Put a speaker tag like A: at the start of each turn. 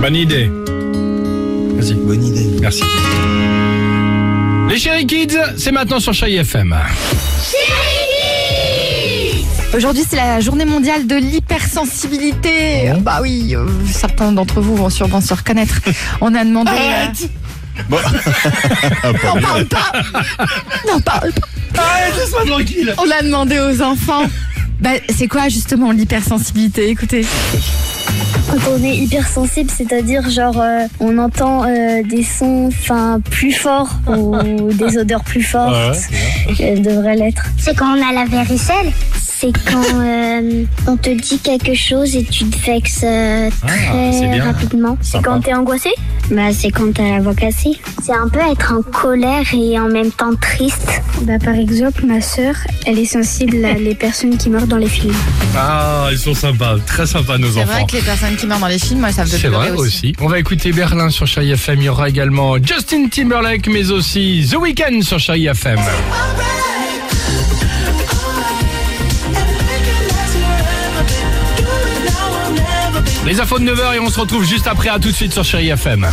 A: Bonne idée. Vas-y.
B: Bonne idée.
A: Merci. Les Chéri Kids, c'est maintenant sur Chai FM.
C: Aujourd'hui, c'est la journée mondiale de l'hypersensibilité. Euh, Bah oui, euh, certains d'entre vous vont sûrement se reconnaître. On a demandé. euh, Arrête N'en parle pas N'en parle pas
A: tranquille.
C: On a demandé aux enfants. Bah, c'est quoi justement l'hypersensibilité Écoutez.
D: Quand on est hypersensible, c'est-à-dire genre euh, on entend euh, des sons enfin plus forts ou des odeurs plus fortes Euh, qu'elles devraient l'être.
E: C'est quand on a la varicelle.
D: C'est quand euh, on te dit quelque chose et tu te vexes euh,
A: Ah, c'est
D: très
A: bien.
D: rapidement. C'est
A: Sympa.
D: quand t'es angoissé Bah c'est quand t'as la voix cassée. C'est un peu être en colère et en même temps triste. Bah par exemple ma sœur, elle est sensible à les personnes qui meurent dans les films.
A: Ah, ils sont sympas, très sympas nos
C: C'est vrai
A: enfants.
C: que les personnes qui meurent dans les films, moi, ça me fait
A: C'est
C: pleurer
A: vrai aussi. On va écouter Berlin sur Chai FM. Il y aura également Justin Timberlake, mais aussi The Weeknd sur Chai FM. Les infos de 9h et on se retrouve juste après. À tout de suite sur Chéri FM.